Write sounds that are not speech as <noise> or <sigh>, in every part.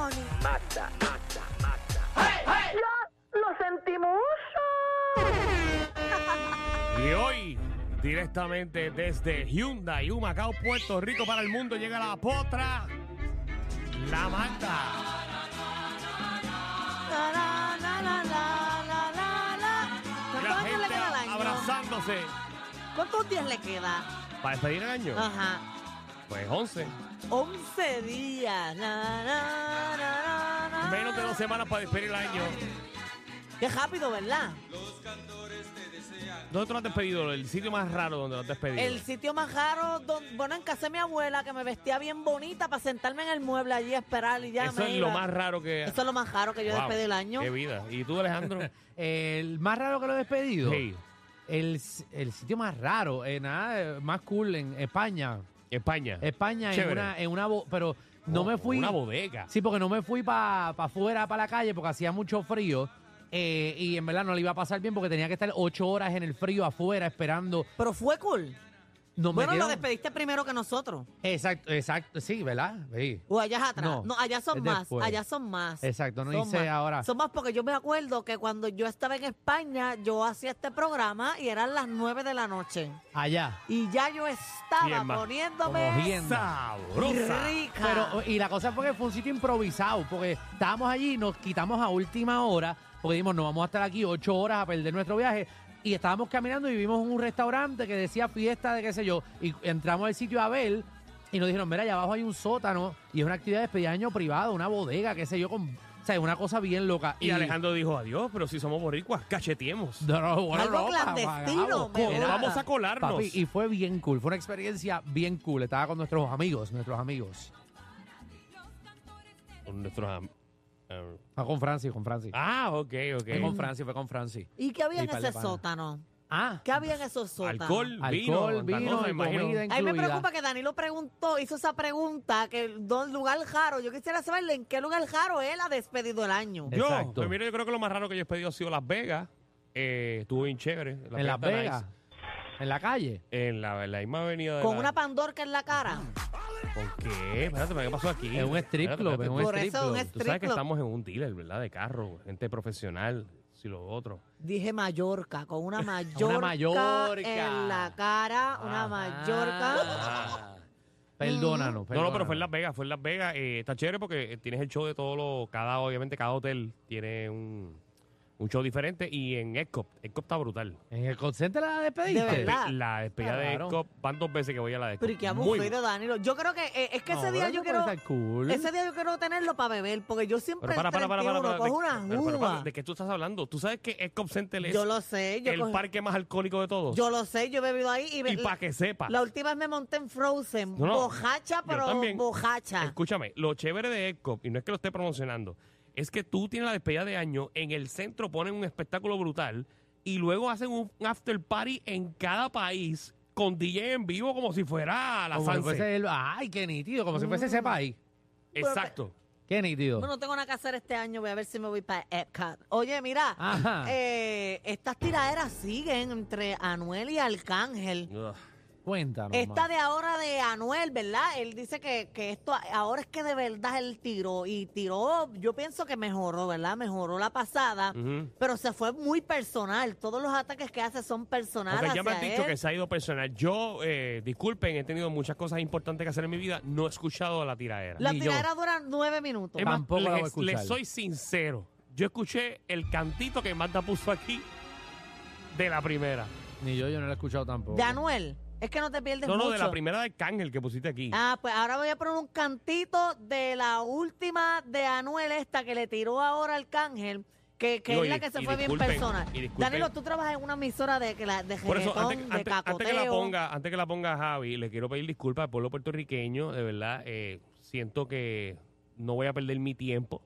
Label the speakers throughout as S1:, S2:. S1: Mata, mata, mata.
S2: ¡Lo, lo sentimos!
S3: Y hoy, directamente desde Hyundai, Humacao, Puerto Rico para el mundo, llega la potra, la Magda.
S4: La, la, la, la, la, la, la, la. ¿Cuántos
S3: Y la
S4: años le
S3: gente
S4: queda al año?
S3: abrazándose.
S4: ¿Cuántos días le queda?
S3: ¿Para despedir el año?
S4: Ah. Ajá.
S3: Pues 11.
S4: 11 días. La, la, la, la, la.
S3: Menos de dos semanas para despedir el año.
S4: Qué rápido, ¿verdad?
S3: ¿Dónde te lo has despedido? El sitio más raro donde lo has despedido.
S4: El sitio más raro, don- bueno, en casa de mi abuela, que me vestía bien bonita para sentarme en el mueble allí a esperar y ya
S3: Eso
S4: me
S3: es
S4: iba.
S3: lo más raro que...
S4: Eso es lo más raro que yo
S3: Wow,
S4: despedí el año.
S3: Qué vida. ¿Y
S5: <laughs>
S3: tú, Alejandro?
S5: El más raro que lo he despedido.
S3: sí.
S5: El, s- el sitio más raro, eh, nada, eh, más cool en España.
S3: España.
S5: España en
S3: Chévere.
S5: una, en una bo- pero Eh, no
S3: Oh,
S5: me fui.
S3: Una bodega.
S5: Sí, porque no me fui para pa afuera, para la calle, porque hacía mucho frío. eh, y en verdad no le iba a pasar bien porque tenía que estar ocho horas en el frío afuera esperando.
S4: Pero fue cool.
S5: Nos
S4: bueno,
S5: metieron-
S4: lo despediste primero que nosotros.
S5: Exacto, exacto, sí, ¿verdad? Sí.
S4: O allá es atrás. No,
S5: No,
S4: allá son
S5: es
S4: más.
S5: después.
S4: Allá son más.
S5: Exacto, no
S4: Son
S5: hice
S4: más.
S5: ahora.
S4: Son más porque yo me acuerdo que cuando yo estaba en España, yo hacía este programa y eran las 9 de la noche.
S5: Allá.
S4: Y ya yo estaba
S3: Bien, ma.
S4: poniéndome
S5: Cogiendo.
S3: Sabrosa.
S4: rica.
S5: Pero, y la cosa fue que fue un sitio improvisado, porque estábamos allí, nos quitamos a última hora, porque dijimos, no vamos a estar aquí ocho horas a perder nuestro viaje. Y estábamos caminando y vimos un restaurante que decía fiesta de qué sé yo. Y entramos al sitio a ver y nos dijeron, mira, allá abajo hay un sótano y es una actividad de despedida de año privado, una bodega, qué sé yo, con, o sea, es una cosa bien loca.
S3: Y Alejandro dijo, adiós, pero si somos boricuas,
S5: <laughs>
S3: cachetiemos.
S5: No, no, bueno,
S4: Algo
S5: no, papá,
S4: clandestino, me
S5: era-
S4: gusta.
S3: Vamos a colarnos.
S5: Papi, y fue bien cool, fue una experiencia bien cool. Estaba con nuestros amigos, nuestros amigos.
S3: Con nuestros am- eh, am-
S5: Ah, con Francis, con Francis.
S3: Ah, ok, ok.
S5: Fue con Francis, fue con Francis.
S4: ¿Y qué había
S5: Y
S4: en
S5: par de
S4: ese
S5: panas.
S4: sótano?
S5: Ah,
S4: ¿Qué había en esos sótanos?
S3: Alcohol, vino,
S5: alcohol,
S3: tanta
S5: vino,
S3: cosa,
S5: y
S3: me imagino.
S5: comida
S4: A mí me
S5: incluida.
S4: preocupa que Danilo preguntó, hizo esa pregunta, que un lugar raro. Yo quisiera saberle en qué lugar raro él ha despedido el año.
S5: Eh,
S3: Yo,
S5: Exacto.
S3: pues mira, yo creo que lo más raro que yo he pedido ha sido Las Vegas. Eh, estuvo bien chévere.
S5: en Las
S3: fiesta nice.
S5: Vegas, en la calle.
S3: En la, en la misma avenida de
S4: Con
S5: eh.
S3: la-
S4: una pandorca en la cara.
S3: ¿Con qué? Espérate, ¿pero ¿qué pasó aquí?
S5: Es un strip
S3: Espérate,
S5: club,
S3: espérate.
S5: es un
S4: Por
S5: strip
S4: eso un
S5: club.
S3: Tú sabes
S4: strip
S3: que
S4: club.
S3: estamos en un dealer, ¿verdad? De carro, gente profesional, si lo otro.
S4: Dije Mallorca, con una Mallorca,
S5: Mallorca.
S4: en la cara, una
S5: Ajá.
S3: <laughs>
S4: Mallorca.
S5: Perdónanos,
S3: Ah, No, no, pero
S5: perdónanos.
S3: fue en Las Vegas, fue en Las Vegas. Eh, está chévere porque eh, tienes el show de todos los, cada, obviamente cada hotel tiene un, un show diferente y en Epcot, Epcot está brutal.
S5: En el consente la despediste.
S4: De verdad. Ah.
S3: La despedida
S5: Ah,
S3: de
S5: claro.
S3: Epcot, van dos veces que voy a la de Epcot.
S4: Pero y qué
S3: Muy
S4: aburrido, Danilo. Yo creo que eh, es que ese
S5: No,
S4: día yo
S5: pero eso
S4: quiero
S5: puede estar cool.
S4: ese día yo quiero tenerlo para beber, porque yo siempre
S3: Pero para,
S4: el
S3: para, para, para,
S4: 31
S3: para,
S4: cojo
S3: de-
S4: una
S3: pero, pero, para,
S4: uva.
S3: ¿De qué tú estás hablando? ¿Tú sabes que Epcot Center es
S4: Yo lo sé, yo
S3: el
S4: cogí-
S3: parque más alcohólico de todos?
S4: Yo lo sé, yo he bebido ahí y, be-
S3: y para que sepas.
S4: la última vez me monté en Frozen,
S3: No, no.
S4: bojacha,
S3: Yo
S4: pero
S3: también.
S4: bojacha.
S3: Escúchame, lo chévere de ECOP, y no es que lo esté promocionando, es que tú tienes la despedida de año, en el centro ponen un espectáculo brutal y luego hacen un after party en cada país con DJ en vivo como si fuera la
S5: Como si
S3: Sanse.
S5: fuese el- Ay, qué nítido, como si fuese ese país.
S3: Exacto.
S5: Qué nítido.
S4: Mm. Bueno, no tengo nada que hacer este año, voy a ver si me voy para Epcot. Oye, mira,
S5: Ajá.
S3: Ah.
S4: eh, estas tiraderas siguen entre Anuel y Arcángel.
S3: Ugh.
S5: Cuéntanos.
S4: Esta
S5: ma.
S4: de ahora de Anuel, ¿verdad? Él dice que, que esto ahora es que de verdad él tiró y tiró, yo pienso que mejoró, ¿verdad? Mejoró la pasada,
S3: Ujú.
S4: pero se fue muy personal. Todos los ataques que hace son personales.
S3: O sea, ya me han
S4: hacia
S3: dicho
S4: él.
S3: que se ha ido personal. Yo, eh, disculpen, he tenido muchas cosas importantes que hacer en mi vida, no he escuchado la tiradera.
S4: La
S5: Ni yo.
S4: tiradera dura nueve minutos.
S3: Es más,
S5: Tampoco la voy a
S3: les,
S5: escuchar.
S3: les soy sincero. Yo escuché el cantito que Marta puso aquí de la primera.
S5: Ni yo, yo no la he escuchado tampoco.
S4: De Anuel, es que no te pierdes
S3: No, no,
S4: mucho.
S3: de la primera de Cángel que pusiste aquí.
S4: Ah, pues ahora voy a poner un cantito de la última de Anuel esta que le tiró ahora al cángel, que, que
S3: Digo,
S4: es la
S3: y-
S4: que se
S3: y
S4: fue bien
S3: disculpen,
S4: personal.
S3: y disculpen.
S4: Danilo, tú trabajas en una emisora de, que la- de
S3: Por eso,
S4: reggaetón,
S3: antes,
S4: de
S3: antes-
S4: cacoteo.
S3: antes que la ponga, antes que la ponga Javi, le quiero pedir disculpas al pueblo puertorriqueño. De verdad, eh, siento que no voy a perder mi tiempo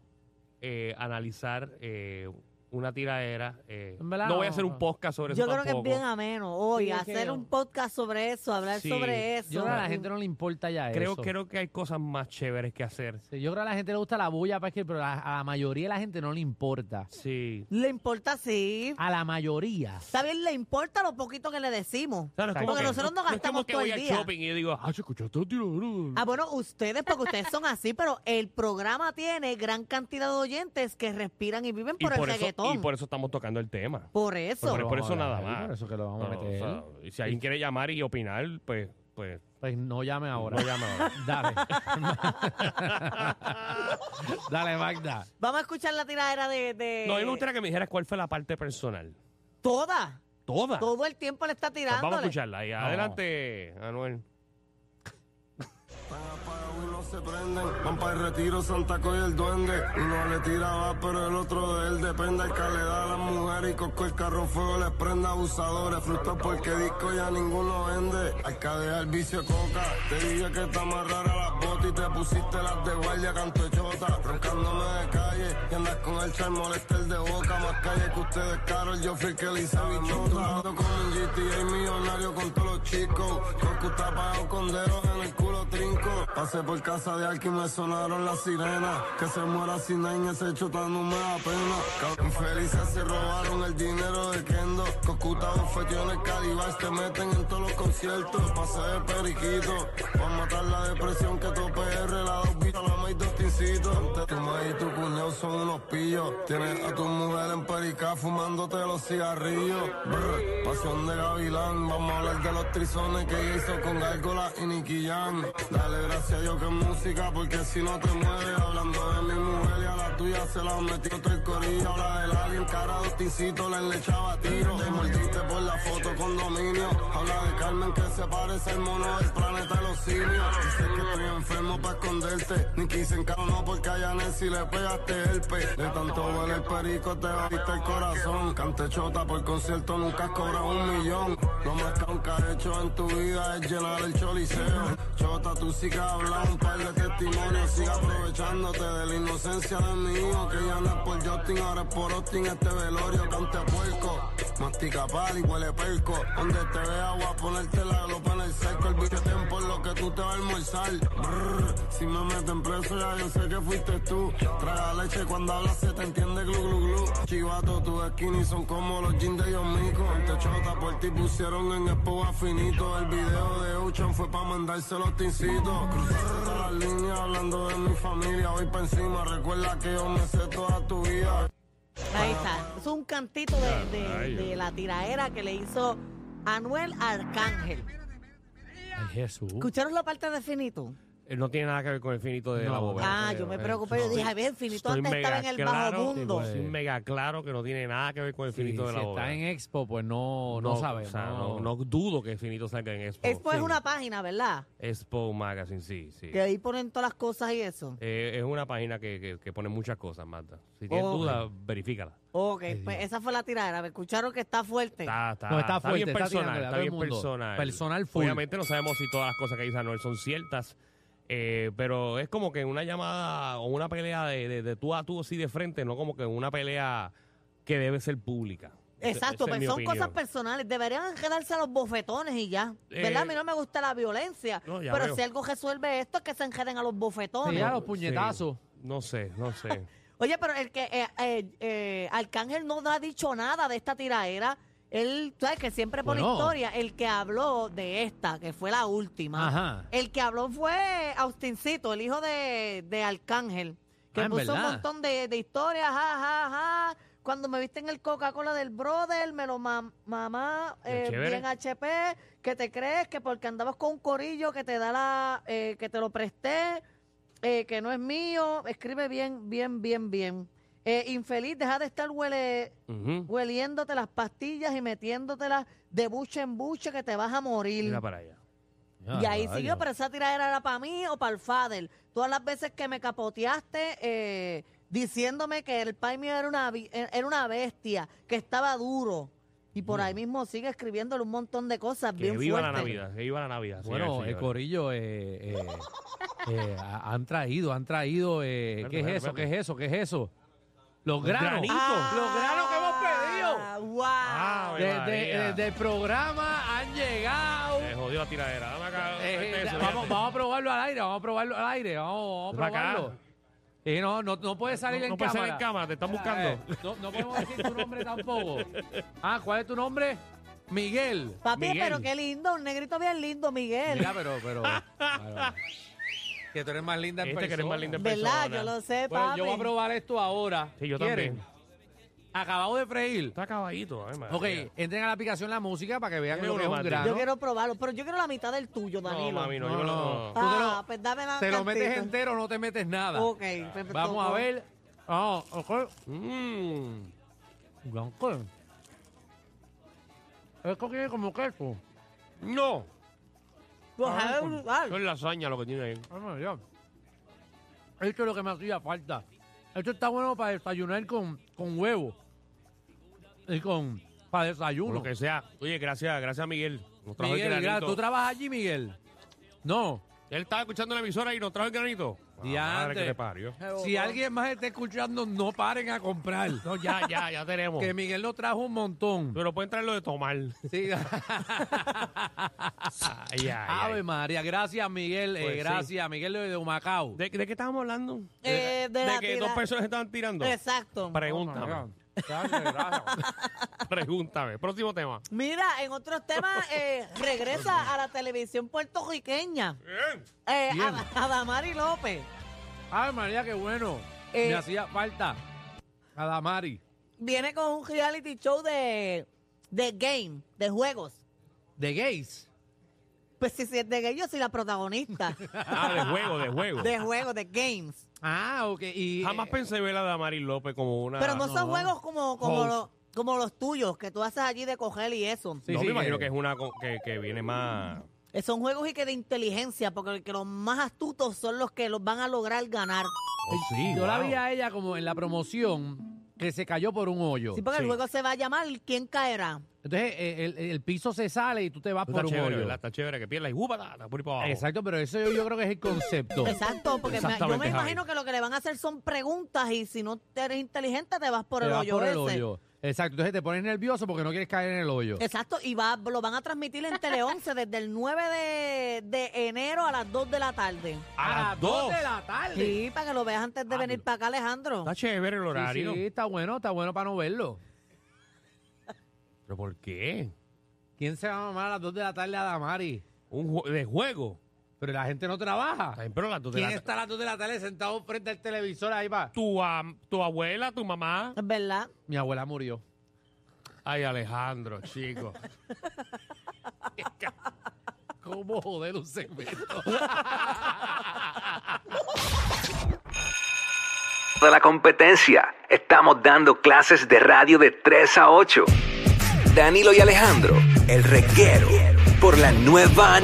S3: eh, analizar eh, una tiradera. eh,
S5: En verdad,
S3: no voy a
S5: no,
S3: hacer un
S5: no.
S3: podcast sobre
S4: Yo
S3: eso
S4: creo que es
S3: tampoco.
S4: bien ameno hoy
S5: Sí, es que
S4: hacer
S5: yo-
S4: un podcast sobre eso, hablar
S3: Sí,
S4: sobre eso.
S5: Yo creo que a la gente no le importa ya
S3: creo,
S5: eso.
S3: creo que hay cosas más chéveres que hacer.
S5: Sí, yo creo que a la gente le gusta la bulla, pa' que- pero a, a la mayoría de la gente no le importa.
S3: Sí.
S4: Le importa, sí.
S5: A la mayoría.
S4: Está bien, le importa lo poquito que le decimos.
S3: Claro, es
S5: Exacto.
S3: como
S5: Porque
S3: que-
S4: nosotros nos
S3: no es como
S4: gastamos
S3: que
S4: todo
S3: voy
S4: el
S3: al
S4: día.
S3: shopping y yo digo, ah, escuchaste tiradera.
S4: Ah, bueno, ustedes, porque ustedes son así, <laughs> pero el programa tiene gran cantidad de oyentes que respiran y viven
S3: y
S4: por el
S3: eso,
S4: reggaetón.
S3: y por eso estamos tocando el tema.
S4: Por eso.
S3: Por- por eso
S5: Vamos a
S3: nada
S5: hablar,
S3: más.
S5: Por eso que lo vamos a
S3: No, o
S5: meter.
S3: sea, y si alguien quiere llamar y opinar, pues, pues
S5: Pues no llame ahora.
S3: no llama ahora.
S5: <laughs> Dale. Dale, Magda.
S4: Vamos a escuchar la tiradera de. de-
S3: No, a mí me gustaría que me dijeras cuál fue la parte personal.
S4: Toda.
S3: Toda.
S4: Todo el tiempo le está
S3: Pues
S4: tirando.
S3: vamos a escucharla. Y
S5: No.
S3: adelante, Anuel.
S6: Uno se prenden, van para el retiro Santa Coy el duende. Uno le tiraba, pero el otro de él depende. El que le da a las mujeres y coco el carro fuego les prenda. Abusadores, frutos porque disco ya ninguno vende. Hay que dejar vicio coca. Te dije que está más rara las botas y te pusiste las de guardia, canto de chota. Roncándome de calle y andas con el char molesta el de boca. Más calle que ustedes, Carol, yo fui el que le hice bichota. Ando con un GTA millonario con todos los chicos. Coco está pagado con dedos en el culo trinco. Pasé por casa de alguien me sonaron las sirenas. Que se muera sin daño, ese chuta no me da pena. Cabrón, Infelices se robaron el dinero de Kendo. Cocuta bofeteó en el Cadillac, te meten en todos los conciertos. Pasé de periquito, pa' matar la depresión que tope R, la dos vitas, la maíz, dos tincitos. Antes tu maíz y tu cuñado son unos pillos. Tienes a tu mujer en pericá fumándote los cigarrillos. Brr, pasión de gavilán, vamos a hablar de los trizones que ella hizo con gárgola y Nicky Jam. Dale gracias a Dios que es música, porque si no te mueres hablando de mi mujer y a la tuya se la metió todo el corillo. Habla del alien, cara dos ticitos, le echaba tiro. Te mordiste por la foto condominio. Habla de Carmen que se parece al mono del planeta de los simios. Dice que estoy enfermo para esconderte. Ni quise encarno porque a Yanet si le pegaste el pe. De tanto ver el perico te batiste el corazón. Cante chota por concierto, nunca has cobrado un millón. Lo más que nunca has hecho en tu vida es llenar el choliseo. Chota, tú sí que has hablado un par de testimonios. Sigue aprovechándote de la inocencia de mi hijo. Que ya no es por Justin, ahora es por Austin. Este velorio canta puerco. Mastica pal y huele perco. Donde te vea voy a ponerte la glopa en el cerco. El bicho por lo que tú te vas a almorzar. Brr, si me meten preso ya yo sé que fuiste tú. Traga leche cuando hablas se te entiende glu glu glu. Chivato, tus skinny son como los jeans de John Mico. Te chota por ti pusieron en esposa finito. El video de Uchan fue para mandarse los tincitos. Cruzaste todas las líneas hablando de mi familia. Hoy pa' encima recuerda que yo me sé toda tu vida.
S4: Ahí está. Es un cantito de, de-
S3: Ay,
S4: de
S3: Dios.
S4: la tiraera que le hizo Anuel Arcángel.
S5: Ay, Jesús.
S4: ¿Escucharon la parte de Finito?
S3: Eh, No tiene nada que ver con el finito de
S5: No,
S3: la bóveda.
S4: ah,
S5: pero,
S4: yo me
S5: eh,
S4: preocupé. yo
S5: no.
S4: dije, a ver, Finito
S3: Estoy
S4: antes estaba en
S3: mega
S4: el
S3: claro, eh,
S4: bajo mundo.
S5: sí,
S3: Estoy mega claro que no tiene nada que ver con el
S5: Sí,
S3: finito de
S5: si
S3: la
S5: está
S3: bóveda.
S5: en Expo, pues no, no, sabemos.
S3: o sea, no, no dudo que el finito salga en Expo.
S4: Expo es
S3: Sí.
S4: una página, ¿verdad?
S3: Expo Magazine, sí, sí.
S4: Que ahí ponen todas las cosas y eso.
S3: Eh, es una página que, que- que pone muchas cosas, Marta. Si tienes
S4: Ok.
S3: dudas, verifícala.
S4: Ok, pues esa fue la tiradera. Me escucharon que está fuerte.
S3: Está, está,
S5: No, está fuerte,
S3: bien
S5: está
S3: personal,
S5: tirándole a
S3: está
S5: todo el
S3: bien
S5: mundo.
S3: personal.
S5: Personal full.
S3: Obviamente no sabemos si todas las cosas que dice Anuel son ciertas, eh, pero es como que una llamada o una pelea de, de, de tú a tú así de frente, no como que una pelea que debe ser pública.
S4: Exacto,
S3: Esa es
S4: pues
S3: mi
S4: son
S3: opinión.
S4: cosas personales. Deberían quedarse a los bofetones y ya.
S3: Eh,
S4: ¿Verdad? A mí no me gusta la violencia.
S3: No, ya
S4: pero
S3: veo.
S4: si algo resuelve esto es que se enjeden a los bofetones.
S5: Sí, a los puñetazos.
S3: Sí. No sé,
S4: <laughs>
S3: no sé.
S4: Oye, pero el que eh, eh, eh, Arcángel no ha dicho nada de esta tiraera. Él, sabes que siempre pone
S5: Bueno.
S4: historia. El que habló de esta, que fue la última.
S3: Ah.
S5: Ajá.
S4: El que habló fue Austincito, el hijo de, de Arcángel, que
S5: Ah, ¿en
S4: puso un
S5: verdad?
S4: montón de, de historias. Ja, ja, ja. Cuando me viste en el Coca-Cola del brother, me lo mam- mamá,
S3: Qué
S4: eh,
S3: chévere.
S4: bien HP, que te crees que porque andabas con un corillo que te da la, eh, que te lo presté, eh, que no es mío, escribe bien, bien, bien, bien. Eh, infeliz, deja de estar huele,
S3: Ujú.
S4: hueliéndote las pastillas y metiéndotelas de buche en buche que te vas a morir.
S3: Mira para allá.
S5: Ah,
S4: Y ahí siguió, pero esa tiradera era para mí o para el Fader. Todas las veces que me capoteaste eh, diciéndome que el pai mío era una, vi- era una bestia, que estaba duro. Y por ahí mismo sigue escribiéndole un montón de cosas
S3: Que
S4: bien
S3: viva la
S4: fuertes.
S3: Navidad, que viva la Navidad. señoras y
S5: Bueno, el
S3: señores.
S5: corillo eh, eh, eh, ha- han traído, han traído. eh,
S3: Espérate,
S5: ¿Qué es
S3: espérate,
S5: eso? ¿Qué es
S3: espérate.
S5: eso? ¿Qué es eso? Los granos.
S4: Ah.
S3: granitos.
S5: Los granos
S4: ¡Wow!
S3: Ah,
S5: De- de-
S3: María.
S5: de- del programa han llegado.
S3: Me jodió la tiradera. Dame este, acá.
S5: Eh,
S3: vete
S5: eh,
S3: eso,
S5: vamos,
S3: vete.
S5: vamos a probarlo al aire, vamos a probarlo al aire, vamos, vamos a
S3: Ven acá.
S5: probarlo. Eh, no, no, no puede salir
S3: No,
S5: en
S3: no puede
S5: cámara.
S3: ser en cámara, te están buscando.
S5: Eh, no, no podemos decir tu nombre tampoco. Ah, ¿cuál es tu nombre? Miguel.
S4: Papi,
S3: Miguel.
S4: pero qué lindo, un negrito bien lindo, Miguel.
S5: Mira, pero,
S3: <laughs>
S5: pero. claro. Que tú eres más linda en
S3: Este que eres más linda en
S4: ¿Verdad?
S3: persona.
S4: Yo lo sé,
S5: Bueno,
S4: Eh, papi.
S5: yo voy a probar esto ahora.
S3: Sí, yo
S5: ¿Quieren?
S3: también.
S5: Acabado de freír.
S3: Está acabadito, ay, madre
S5: Ok,
S3: mía.
S5: entren a la aplicación la música para que vean
S3: Quiero
S5: lo que es
S3: uno
S5: un
S3: más, tío.
S5: grano.
S4: Yo quiero probarlo, pero yo quiero la mitad del tuyo,
S3: No,
S4: Danilo.
S3: mami, no,
S5: No,
S3: yo
S5: no.
S3: no.
S5: Tú te
S4: Ah,
S5: lo-
S4: pues dame la
S5: Te lo metes
S4: cantita.
S5: entero, no te metes nada.
S4: Ok, perfecto.
S5: Vamos a ver. Ah, ok.
S3: Mmm.
S5: Blanco. Esto tiene como queso.
S3: No.
S4: Pues a ver,
S3: Eso
S4: brutal.
S3: es lasaña lo que tiene ahí.
S5: Ay, my God. Esto es lo que me hacía falta. Esto está bueno para desayunar con, con huevo. Y con. Para
S3: Por
S5: desayuno.
S3: lo que sea. Oye, gracias, gracias Miguel. Nos trajo el
S5: Miguel,
S3: granito.
S5: gra- ¿tú trabajas allí, Miguel? No.
S3: Él estaba escuchando la emisora y nos trajo el granito. Ah, madre
S5: Diante.
S3: que te parió.
S5: Si alguien más está escuchando, no paren a comprar.
S3: No, ya, ya, ya <laughs> tenemos.
S5: Que Miguel lo trajo un montón.
S3: Pero pueden traer lo de tomar. <laughs>
S5: Sí.
S3: Ay, ay, ay.
S5: Ave María, gracias Miguel, eh,
S3: Pues sí.
S5: gracias Miguel de Humacao.
S3: ¿De, de qué estábamos hablando?
S4: Eh, de la
S3: que
S4: tira-
S3: dos personas estaban tirando.
S4: Exacto.
S3: Pregúntame,
S5: <laughs>
S3: pregúntame. Próximo
S4: <laughs>
S3: tema.
S4: Mira, en otros temas, eh, regresa a la televisión puertorriqueña. Eh,
S5: Bien.
S4: Ad- Adamari López.
S5: Ay, María, qué bueno.
S4: Eh,
S5: Me hacía falta. Adamari.
S4: Viene con un reality show de, de game, de juegos.
S5: De gays.
S4: Pues si, si es de game, yo soy la protagonista.
S3: Ah, de juego, de juego.
S4: de juegos, de games.
S5: Ah, ok. Y,
S3: Jamás
S5: eh,
S3: pensé ver a Damaris López como una.
S4: Pero no,
S5: no.
S4: son juegos como, como,
S5: Host.
S4: los, como los tuyos, que tú haces allí de coger y eso.
S5: Sí,
S3: no,
S5: sí,
S3: me imagino
S5: eh.
S3: que es una co- que, que viene más.
S4: Eh, Son juegos y que de inteligencia, porque el que los más astutos son los que los van a lograr ganar.
S3: Oh, sí,
S5: yo la
S3: wow.
S5: vi a ella como en la promoción que se cayó por un hoyo.
S4: Sí, porque el juego se va a llamar ¿Quién caerá?
S5: Entonces eh, el, el piso se sale y tú te vas
S3: Está
S5: por un
S3: chévere,
S5: hoyo.
S3: ¿verdad? Está chévere que pierda y ¡upa! Está por ahí para abajo.
S5: Exacto, pero eso yo, yo creo que es el
S4: <laughs>
S5: concepto.
S4: Exacto, porque me- yo me
S3: Exactamente,
S4: imagino
S3: Javi.
S4: que lo que le van a hacer son preguntas y si no te- eres inteligente te vas por
S5: Te
S4: el
S5: vas
S4: hoyo
S5: por el
S4: ese.
S5: hoyo. Exacto, entonces te pones nervioso porque no quieres caer en el hoyo.
S4: Exacto, y va, lo van a transmitir en Tele 11 <laughs> desde el 9 de, de enero a las 2 de la tarde.
S3: A las dos.
S5: la tarde.
S4: Sí, para que lo veas antes de
S3: Ah,
S4: venir
S3: pero-
S4: para acá, Alejandro.
S3: Está chévere el
S5: Sí,
S3: horario.
S5: sí, está bueno, está bueno para no verlo.
S3: ¿Pero por qué?
S5: ¿Quién se va a mamar a las 2 de la tarde a Damari?
S3: Un ju- de juego.
S5: Pero la gente no trabaja.
S3: También, pero las dos de
S5: ¿Quién
S3: la-
S5: está a las 2 de la tarde sentado frente al televisor ahí va?
S3: Tu, am- tu abuela, tu mamá.
S4: Es verdad.
S5: Mi abuela murió.
S3: Ay, Alejandro, chico.
S5: ¿Cómo joder un segmento?
S1: De la competencia, estamos dando clases de radio de 3 a 8. Danilo y Alejandro, el reguero, por la nueva